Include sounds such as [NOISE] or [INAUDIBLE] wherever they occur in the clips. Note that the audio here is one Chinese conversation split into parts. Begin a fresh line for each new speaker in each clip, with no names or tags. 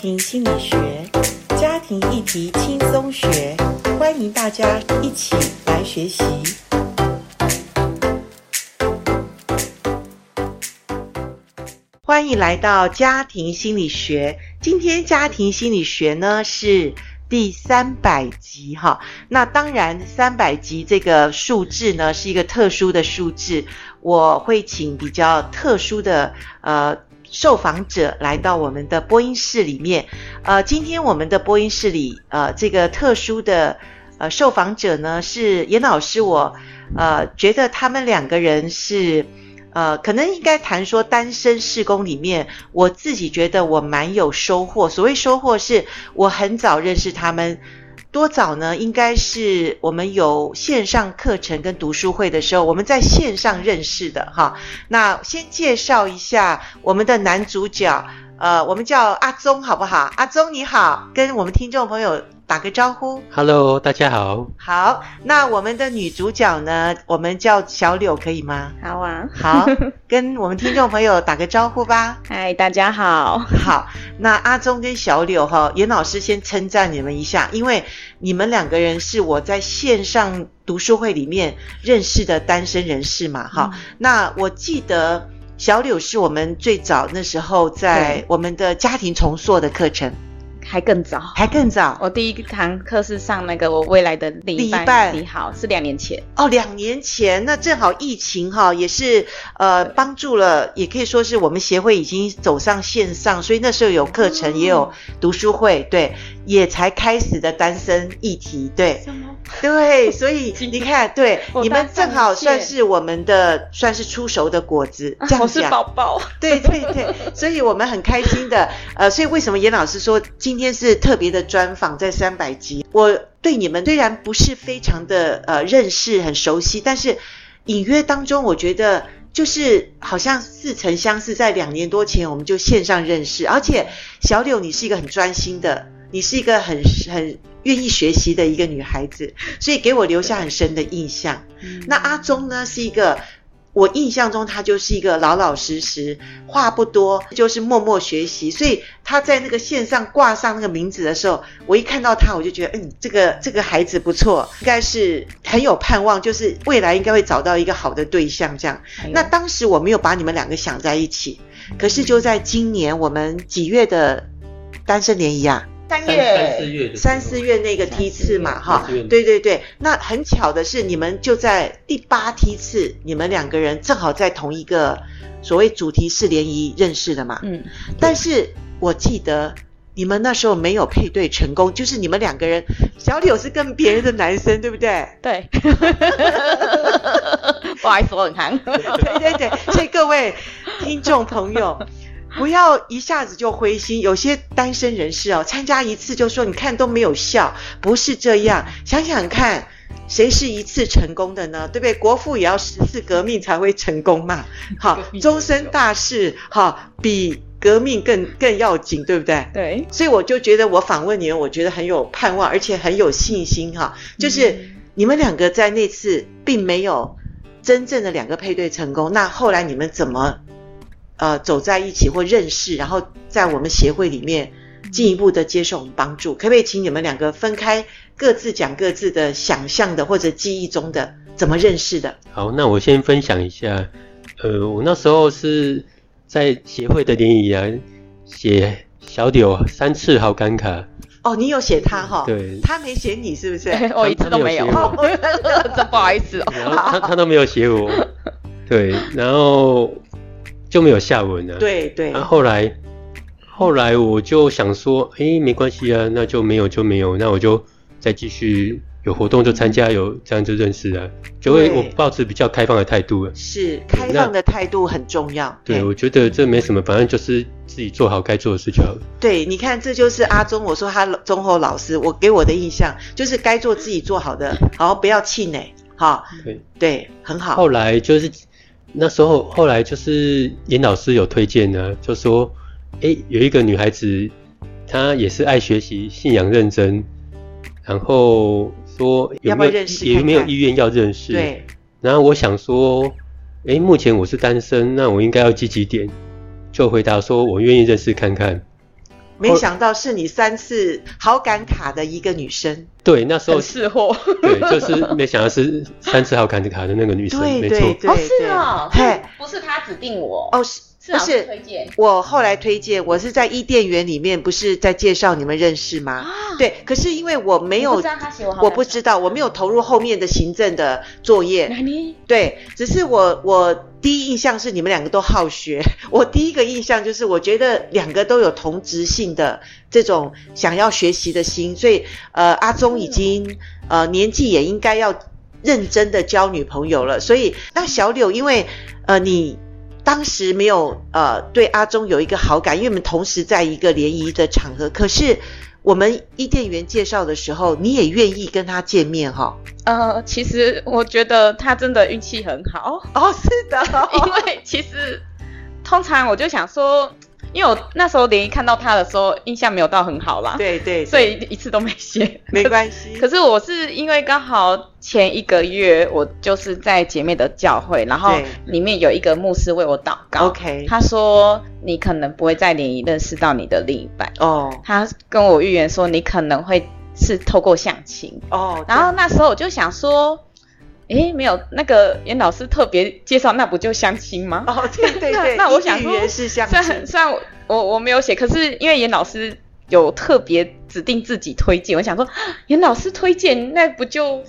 庭心理学，家庭议题轻松学，欢迎大家一起来学习。欢迎来到家庭心理学。今天家庭心理学呢是第三百集哈。那当然，三百集这个数字呢是一个特殊的数字，我会请比较特殊的呃受访者来到我们的播音室里面。呃，今天我们的播音室里呃这个特殊的呃受访者呢是严老师我，呃觉得他们两个人是。呃，可能应该谈说单身试工里面，我自己觉得我蛮有收获。所谓收获是，我很早认识他们，多早呢？应该是我们有线上课程跟读书会的时候，我们在线上认识的哈。那先介绍一下我们的男主角，呃，我们叫阿宗好不好？阿宗你好，跟我们听众朋友打个招呼。
Hello，大家好。
好，那我们的女主角呢？我们叫小柳，可以吗？
好啊，
好，跟我们听众朋友打个招呼吧。
嗨，大家好。
好，那阿忠跟小柳哈，严老师先称赞你们一下，因为你们两个人是我在线上读书会里面认识的单身人士
嗯
嘛哈。那我记得小柳是我们最早那时候在
对
我们的家庭重塑的课程，
还更早，
还更早
我第一堂课是上那个我未来的另一
另一半
半，你好，是两年前。
哦，两年前那正好疫情哈，也是呃帮助了，也可以说是我们协会已经走上线上，所以那时候有课程，
哦
也有读书会，对，也才开始的单身议题，对
什么？
对，所以你看，对
我
你们
搭上
正好
一切
算是我们的算是出熟的果子，这样
我是
讲。
宝宝。
[LAUGHS] 对对对，所以我们很开心的，呃，所以为什么严老师说今天是特别的专访，在三百集，我对你们虽然不是非常的呃认识很熟悉，但是隐约当中我觉得就是好像似曾相识，在两年多前我们就线上认识，而且小柳你是一个很专心的，你是一个很很愿意学习的一个女孩子，所以给我留下很深的印象。嗯那阿忠呢，是一个我印象中他就是一个老老实实，话不多，就是默默学习。所以他在那个线上挂上那个名字的时候，我一看到他，我就觉得，嗯，这个这个孩子不错，应该是很有盼望，就是未来应该会找到一个好的对象这样。
哎呦
那当时我没有把你们两个想在一起，可是就在今年我们几月的单身联谊啊？三
三三四月的时候
三四月那个梯次嘛，哈
三四月，
对对对。那很巧的是，你们就在第八梯次，你们两个人正好在同一个所谓主题式联谊认识的嘛。
嗯，
但是我记得你们那时候没有配对成功，就是你们两个人，小柳是跟别人的男生，对不对？
对。 [LAUGHS] 不好意思，我
[LAUGHS]
很憨。
对对对，所以各位听众朋友，不要一下子就灰心。有些单身人士哦，参加一次就说你看都没有效，不是这样。想想看，谁是一次成功的呢？对不对？国父也要十次革命才会成功嘛。好
革，命
终身大事，好比革命更更要紧，对不对？
对，
所以我就觉得我访问你们，我觉得很有盼望，而且很有信心哈、就是
嗯
你们两个在那次并没有真正的两个配对成功，那后来你们怎么呃走在一起或认识，然后在我们协会里面进一步的接受我们帮助？可不可以请你们两个分开各自讲各自的想象的或者记忆中的怎么认识的？
好，那我先分享一下。呃，我那时候是在协会的联谊啊，写小柳三次好感卡，
哦，你有写他哈、
对
他没写你是不是？
我一次都没有
他们有，
[LAUGHS] 真不好意思哦。
然后他他都没有
[LAUGHS]
写我，对，然后就没有下文了、，
对对
然后后来后来我就想说，诶，没关系啊，那就没有就没有，那我就再继续有活动就参加，有这样就认识了，就会
对
我抱持比较开放的态度了。啊
是开放的态度很重要。
对，
嘿
我觉得这没
嗯
什么，反正就是自己做好该做的事就好了。
对，你看，这就是阿忠，我说他忠厚老师，我给我的印象就是该做自己做好的，好不要气馁，哈，
对，
对，很好
后，来就是那时候，后来就是严老师有推荐呢，就说，诶，有一个女孩子，她也是爱学习，信仰认真，然后说有
要不
没
要
有
认识
有没有
看看
意愿要认识？。
对，
然后我想说，诶，目前我是单身，那我应该要积极点，就回答说我愿意认识看看。
没想到是你三次好感卡的一个女生。
对，那时候
[LAUGHS]
很识货。
对，就是没想到是三次好看的卡的那个女生，
对
没
对
错，
对，
哦，是啊，
嘿，
不是他指定我，
哦是。
是老
不
师
是
推荐
我后来推荐，我是在伊甸园里面，不是在介绍你们认识吗？
啊，
对，可是因为我没
你不
有
知，道他写我好，
我不知道，我没有投入后面的行政的作业，
哪里
对，只是我我第一印象是你们两个都好学， [LAUGHS] 我第一个印象就是我觉得两个都有同质性的这种想要学习的心，所以呃阿忠已经呃年纪也应该要认真的交女朋友了，所以那小柳因为呃你。当时没有呃对阿忠有一个好感，因为我们同时在一个联谊的场合。可是我们伊甸园介绍的时候，你也愿意跟他见面哈、
呃，其实我觉得他真的运气很好，
哦？是的，
因为其实通常我就想说，因为我那时候联谊看到他的时候，印象没有到很好啦，，
[LAUGHS] 对嗯对，
所以一次都 [LAUGHS] 没写。
没关系。
可是我是因为刚好前一个月我就是在姐妹的教会，然后
对
里面有一个牧师为我祷告
OK，
他说你可能不会在联谊认识到你的另一半，
哦
他跟我预言说你可能会是透过相亲，
哦，
然后那时候我就想说，诶，没有那个严老师特别介绍，那不就相亲吗？
哦，对对对，
[LAUGHS] 那那我
一
想
语
说
言是相
虽然
亲，
虽然我我我没有写，可是因为严老师有特别指定自己推荐，我想说严老师推荐，那不就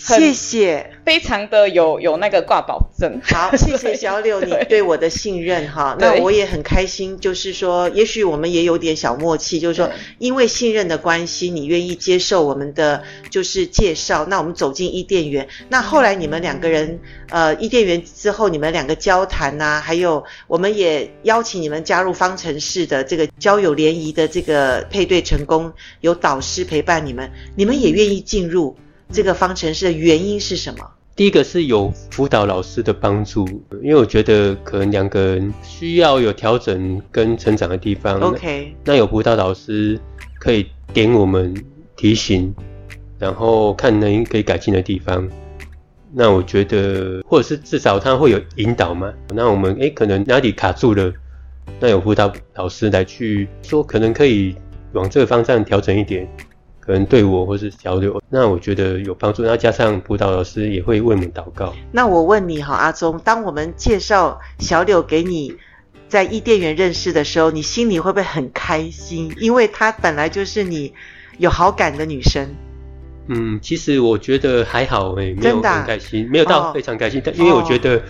很
谢谢。
非常的有有那个挂保证？ [LAUGHS]
好，谢谢小柳你
对
对我的信任哈，
对
那我也很开心。就是说，也许我们也有点小默契，就是说
对，
因为信任的关系，你愿意接受我们的就是介绍，那我们走进伊甸园。那后来你们两个人，
嗯
呃，伊甸园之后，你们两个交谈呐、还有我们也邀请你们加入方程式的这个交友联谊的这个配对成功，有导师陪伴你们，你们也愿意进入这个方程式的原因是什么？
第一个是有辅导老师的帮助，因为我觉得可能两个人需要有调整跟成长的地方。
OK，
那有辅导老师可以点我们提醒，然后看能可以改进的地方。那我觉得，或者是至少他会有引导嘛。那我们诶、可能哪里卡住了，那有辅导老师来去说，可能可以往这个方向调整一点，可能对我或是小柳，那我觉得有帮助。那加上辅导老师也会为我们祷告。
那我问你哈，阿忠，当我们介绍小柳给你在伊甸园认识的时候，你心里会不会很开心？因为她本来就是你有好感的女生。
嗯，其实我觉得还好诶、没有
真
很
的啊
开心，没有到
哦
非常开心，但因为我觉得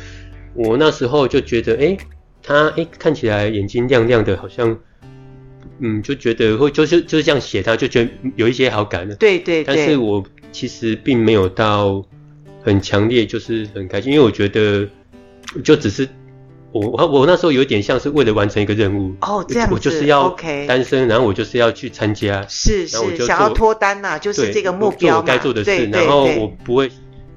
我那时候就觉得，诶、他诶、看起来眼睛亮亮的，好像，嗯，就觉得会就是就是这样写他，就觉得有一些好感了。
对对
但是
对，
我其实并没有到很强烈，就是很开心，因为我觉得就只是我我我那时候有点像是为了完成一个任务，
哦，这样子，
我就是要
OK，
单身，然后我就是要去参加，
是
然后我
是
就
想要
做
脱单呐、就是
对
这个目
我做
标
我
嘛。
该做的
对
事，
对
然后我
对。
不会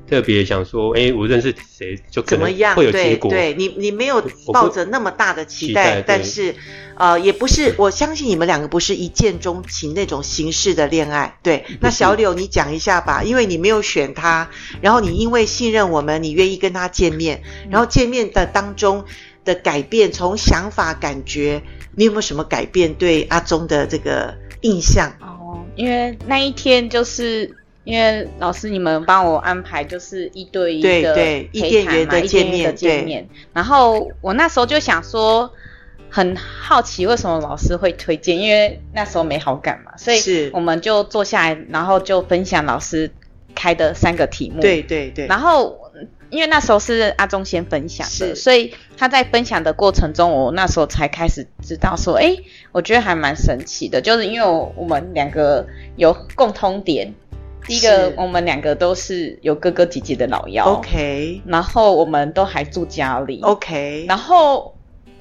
特别想说，哎，我认识谁就可
怎么
能
样？
会有
对
结果。
对，你你没有
我不
抱着那么大的期
期
待，
待对
但是，呃，也不是，我相信你们两个不是一见钟情那种形式的恋爱。对，
嗯
那小柳，你讲一下吧，因为你没有选他，然后你因为信任我们，你愿意跟他见面，
嗯
然后见面的当中的改变，从想法、感觉，你有没有什么改变对阿忠的这个印象？
哦，因为那一天就是。因为老师你们帮我安排就是一对一
对
的
对
陪
伊甸
谈
园
嘛
的
伊
见
甸园的
面对
见面，然后我那时候就想说，很好奇为什么老师会推荐，因为那时候没好感嘛，所以
是
我们就坐下来，然后就分享老师开的三个题目。
对对对，
然后因为那时候是阿忠先分享
是
的，所以他在分享的过程中，我那时候才开始知道说，哎，我觉得还蛮神奇的，就是因为我我们两个有共通点，第一个
是
我们两个都是有哥哥姐姐的老幺
OK
然后我们都还住家里
OK
然后。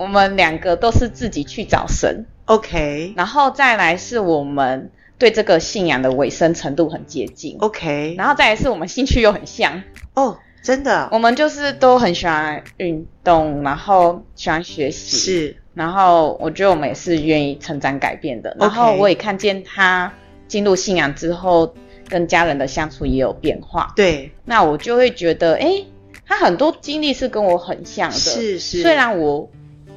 我们两个都是自己去找神，
OK
然后再来是我们对这个信仰的尾声程度很接近
OK，
然后再来是我们兴趣又很像，
哦，真的
我们就是都很喜欢运动，然后喜欢学习，，
是。
然后我觉得我们也是愿意成长改变的。
OK
然后我也看见他进入信仰之后，跟家人的相处也有变化。
对，
那我就会觉得，诶，他很多经历是跟我很像的。
是是，
虽然我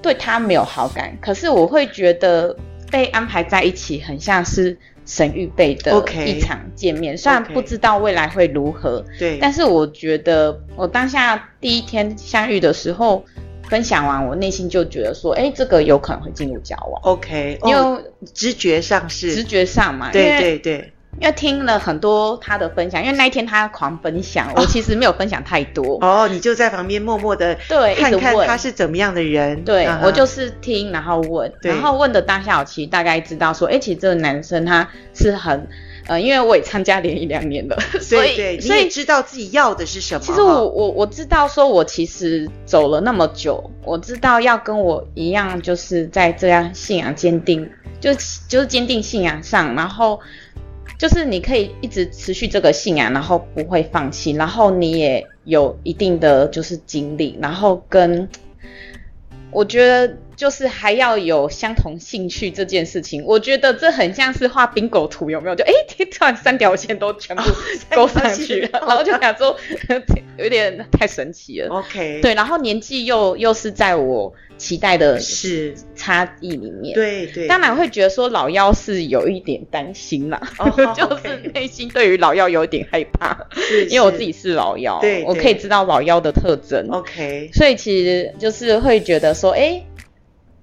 对他没有好感，可是我会觉得被安排在一起，很像是神预备的
OK
一场见面。虽然
OK
不知道未来会如何，
对，
但是我觉得我当下第一天相遇的时候，分享完，我内心就觉得说，哎、这个有可能会进入交往，
OK，
因
哦，
为
直觉上
直
是，
觉上嘛，因
对
为
对对，
因为听了很多他的分享，因为那一天他狂分享，我其实没有分享太多，
哦，你就在旁边默默的
对，一
看
直
看
问
他是怎么样的人，
对、
啊哈
我就是听，然后问，
对
然后问的当下，我其实大概知道说，哎，其实这个男生他是很，呃，因为我也参加联谊两年了，所
对
以
对，你
所以
也知道自己要的是什么。
其实
哈
我我我知道说，我其实走了那么久，我知道要跟我一样，就是在这样信仰坚定，就就是坚定信仰上，然后就是你可以一直持续这个信仰，然后不会放弃，然后你也有一定的就是经历，然后跟我觉得。就是还要有相同兴趣这件事情，我觉得这很像是画冰狗图，有没有？就哎，诶 [LAUGHS] 突然三条线都全部 [LAUGHS] 勾上去
[LAUGHS]
了，然后就想说有点太神奇了。
OK，，
对，然后年纪又又是在我期待的
是，
差异里面。，
对对，
当然会觉得说老妖是有一点担心啦，
哦
[LAUGHS] 就
OK
是内心对于老妖有一点害怕，
是，
因为我
是
自己是老妖，
对
我
对哦
可以知道老妖的特征。
OK，
所以其实就是会觉得说，哎，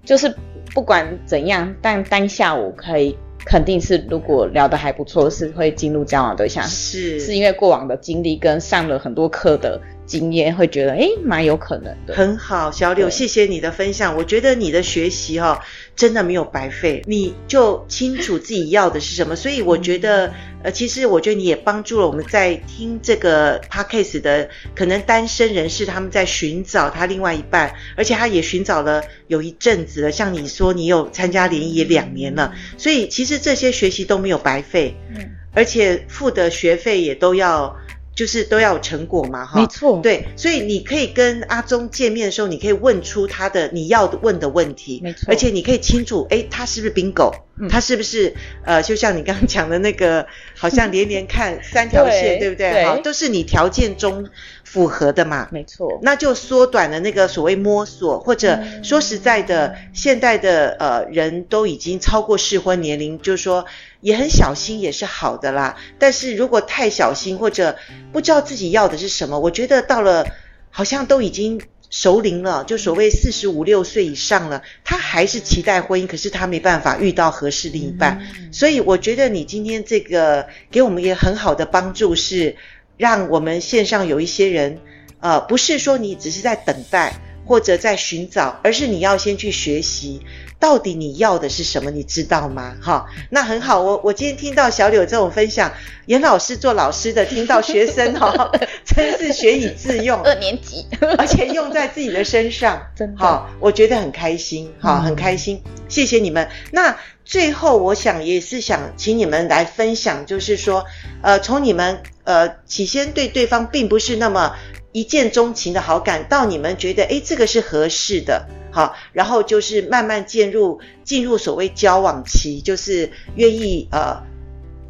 就是不管怎样，但当下我可以肯定是，如果聊得还不错，是会进入交往对象，
是
啊是因为过往的经历跟上了很多课的经验，会觉得哎，诶蛮有可能的。
很好，小柳，
对
谢谢你的分享。我觉得你的学习哈、真的没有白费，你就清楚自己要的是什么。所以我觉得，呃，其实我觉得你也帮助了我们在听这个 podcast 的可能单身人士，他们在寻找他另外一半，而且他也寻找了有一阵子了。像你说，你有参加联谊也两年了，所以其实这些学习都没有白费，
嗯，
而且付的学费也都要。就是都要有成果嘛，哈，
没错，，
对，所以你可以跟阿忠见面的时候，你可以问出他的你要问的问题，
没错
而且你可以清楚，哎，他是不是 bingo？、
嗯
他是不是呃，就像你刚刚讲的那个，好像连连看三条线，
[LAUGHS] 对
对不对？
对
好，都是你条件中符合的嘛。
没错，
那就缩短了那个所谓摸索，或者
嗯
说实在的，现代的呃人都已经超过适婚年龄，就是说也很小心也是好的啦。但是如果太小心或者不知道自己要的是什么，我觉得到了好像都已经熟龄了，就所谓四十五六岁以上了，他还是期待婚姻，可是他没办法遇到合适另一半。
嗯
所以我觉得你今天这个给我们也很好的帮助是，让我们线上有一些人，呃，不是说你只是在等待或者在寻找，而是你要先去学习，到底你要的是什么，你知道吗？哈，那很好，我我今天听到小柳这种分享，严老师做老师的听到学生哈、哦，真是学以致用，
二年级， [LAUGHS]
而且用在自己的身上，
真的
好，我觉得很开心，好，
嗯
很开心，谢谢你们。那最后，我想也是想请你们来分享，就是说，呃，从你们呃起先对对方并不是那么一见钟情的好感，到你们觉得诶这个是合适的，好，然后就是慢慢进入进入所谓交往期，就是愿意呃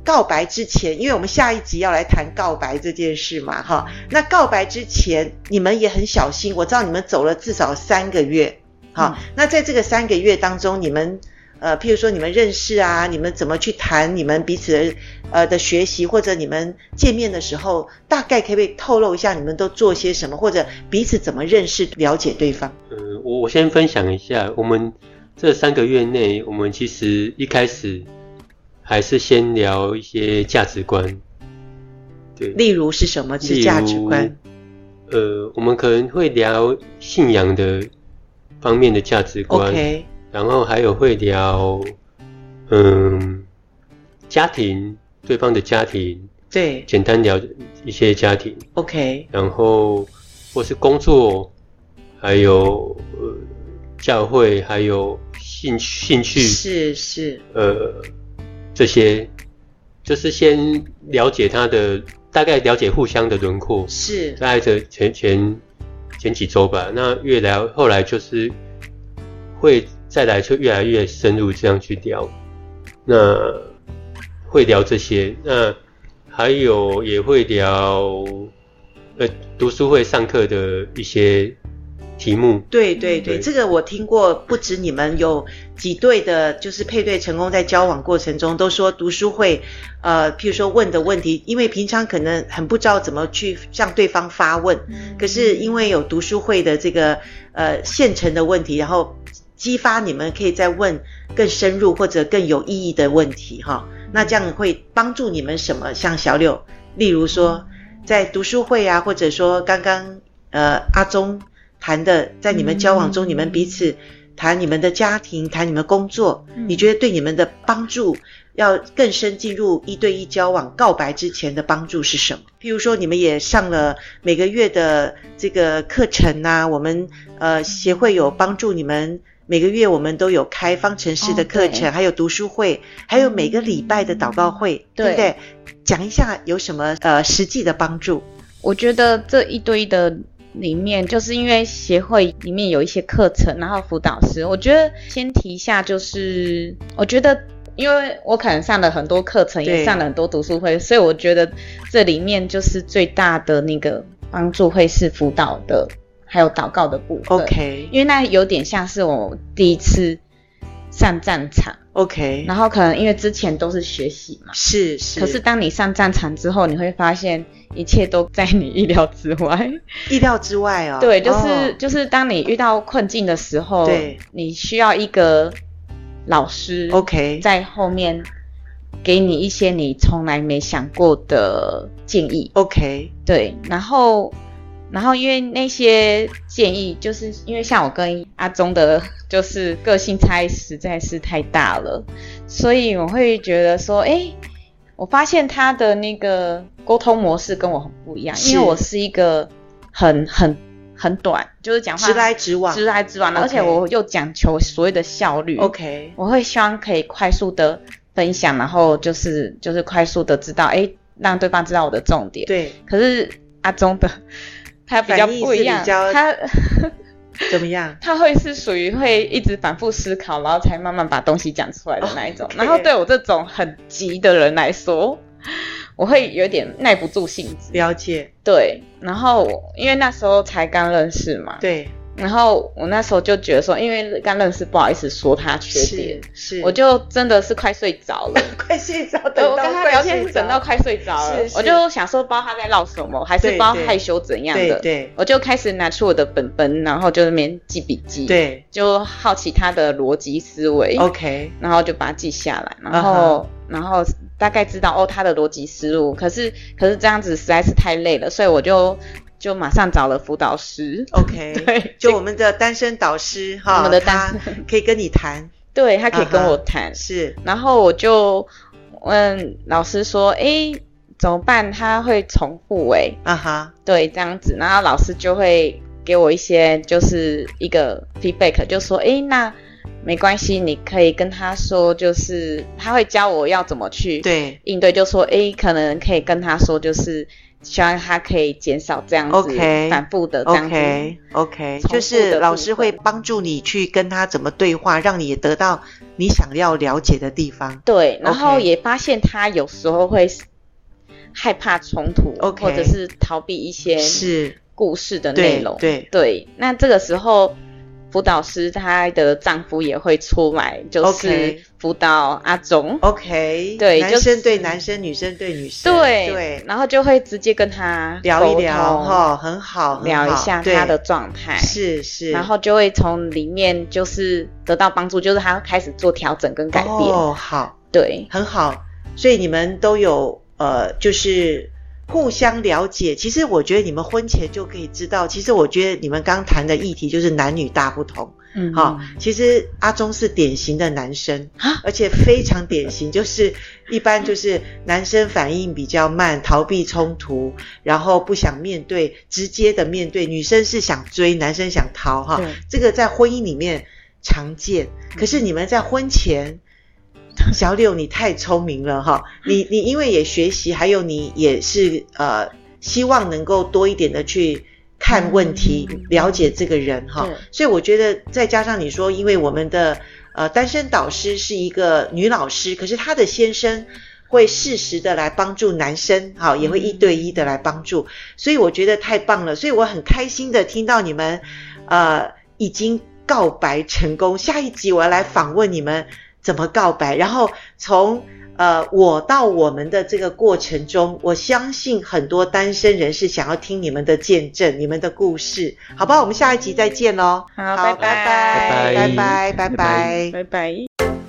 告白之前，因为我们下一集要来谈告白这件事嘛，哈。那告白之前，你们也很小心，我知道你们走了至少三个月，哈。那在这个三个月当中，你们呃，譬如说你们认识啊，你们怎么去谈你们彼此的呃的学习，或者你们见面的时候，大概可不可以透露一下你们都做些什么，或者彼此怎么认识、了解对方？
嗯，我我先分享一下，我们这三个月内，我们其实一开始还是先聊一些价值观，对，
例如是什么是
例
价值
如
观？
呃，我们可能会聊信仰的方面的价值观
OK，
然后还有会聊，嗯，家庭，对方的家庭，
对
简单聊一些家庭，
，OK，
然后或是工作，还有呃教会，还有兴趣兴趣，
是是，
呃这些，就是先了解他的大概了解互相的轮廓，
是
大概这前前前几周吧。那越聊后来就是会再来就越来越深入这样去聊，那会聊这些，那还有也会聊呃读书会上课的一些题目，
对对对，
对
这个我听过，不止你们有几对的，就是配对成功在交往过程中都说读书会，呃，譬如说问的问题，因为平常可能很不知道怎么去向对方发问，可是因为有读书会的这个呃现成的问题，然后激发你们可以再问更深入或者更有意义的问题哈。那这样会帮助你们什么？像小柳，例如说在读书会啊，或者说刚刚呃阿忠谈的，在你们交往中，
嗯
你们彼此谈你们的家庭，谈你们工作，
嗯
你觉得对你们的帮助，要更深进入一对一交往、告白之前的帮助是什么？譬如说，你们也上了每个月的这个课程呐、我们呃协会有帮助你们。每个月我们都有开方程式的
哦
课
对嗯
程，还有读书会，还有每个礼拜的祷告会，对不对
对？
讲一下有什么呃实际的帮助？
我觉得这一堆的里面，就是因为协会里面有一些课程，然后辅导师，我觉得先提一下，就是我觉得。因为我可能上了很多课程，
对
也上了很多读书会，所以我觉得这里面就是最大的那个帮助会是辅导的，还有祷告的部分。
OK
因为那有点像是我第一次上战场，
OK，
然后可能因为之前都是学习嘛，
是是，
可是当你上战场之后，你会发现一切都在你意料之外。
意料之外哦。
对，就是、
哦
就是当你遇到困境的时候，
对
你需要一个老师
OK
在后面给你一些你从来没想过的建议。
OK
对，然后然后因为那些建议，就是因为像我跟阿忠的，就是个性差异实在是太大了，所以我会觉得说，诶，我发现他的那个沟通模式跟我很不一样，
是
因为我是一个很很很短，就是讲话
直来直往
直来直往的，
OK
而且我又讲求所谓的效率。
OK
我会希望可以快速的分享，然后就是就是快速的知道，诶，让对方知道我的重点。
对，
可是阿忠
[LAUGHS]
的他比较不
反
一样，
应是比较
[LAUGHS] 他
怎么样？
他会是属于会一直反复思考，然后才慢慢把东西讲出来的那一种。
哦，OK
然后对我这种很急的人来说， [LAUGHS] 我会有点耐不住性子。
了解，
对，然后我因为那时候才刚认识嘛，
对，
然后我那时候就觉得说，因为刚认识，不好意思说他缺
是
点，
是，
啊我就真的是快睡着了。
[LAUGHS] 快睡着，
对，
等
我
到
跟他
快
聊天
睡
是等到
着
快睡着了
是，是
我就想说，不知道他在唠什么，还是不
对
知道
对
害羞怎样
对
的，
对
我就开始拿出我的本本，然后就在那边记笔记，，
对哦
就好奇他的逻辑思维
OK
然后就把它记下来，然后、
啊
然后大概知道哦他的逻辑思路，可是可是这样子实在是太累了，所以我就就马上找了辅导师，
OK，
[LAUGHS] [LAUGHS] 对，
就我们的单身导师哈，
我们的
他
单
可以跟你
[LAUGHS]
谈，
对他可以跟
啊哈
我谈
是
然后我就问老师说，诶，怎么办？他会重复诶，
啊哈
对，这样子，然后老师就会给我一些就是一个 feedback，就说，诶，那没关系，你可以跟他说，就是他会教我要怎么去
对
应对，就说，诶，可能可以跟他说，就是希望他可以减少这样子
OK，
反复的这样子
OK OK，
重复
就
的
是老
部
师会
分
帮助你去跟他怎么对话，让你也得到你想要了解的地方。
对，然后
OK
也发现他有时候会害怕冲突
OK
或者是逃避一些
是，
故事的内
对
容。
对
那这个时候辅导师她的丈夫也会出来，就
OK 哦
是辅导阿忠。
OK，
对
男
就
生
是
对男生，女生对女生，
对
对，
然后就会直接跟他
聊一
沟
聊
通
哈，很好，很
聊一
好
下
对
他的状态，
是是，
然后就会从里面就是得到帮助，就是他开始做调整跟改变，
哦，好，
对，
很好，所以你们都有呃，就是互相了解。其实我觉得你们婚前就可以知道，其实我觉得你们刚谈的议题就是男女大不同。
嗯
好、其实阿忠是典型的男生
啊，
而且非常典型，就是一般就是男生反应比较慢，逃避冲突，然后不想面对，直接的面对。女生是想追，男生想逃哈
对，
这个在婚姻里面常见。
嗯
可是你们在婚前。小柳，你太聪明了哈！
嗯
你你因为也学习，还有你也是呃，希望能够多一点的去看问题，
嗯
了解这个人哈
对。
所以我觉得再加上你说，因为我们的呃单身导师是一个女老师，可是她的先生会适时的来帮助男生，好也
嗯
会一对一的来帮助，所以我觉得太棒了。所以我很开心的听到你们。呃已经告白成功。下一集我要来访问你们怎么告白，然后从呃我到我们的这个过程中，我相信很多单身人是想要听你们的见证、你们的故事，好不好？我们下一集再见喽。
好，
好，拜
拜
拜
拜
拜拜拜
拜
拜。
拜拜。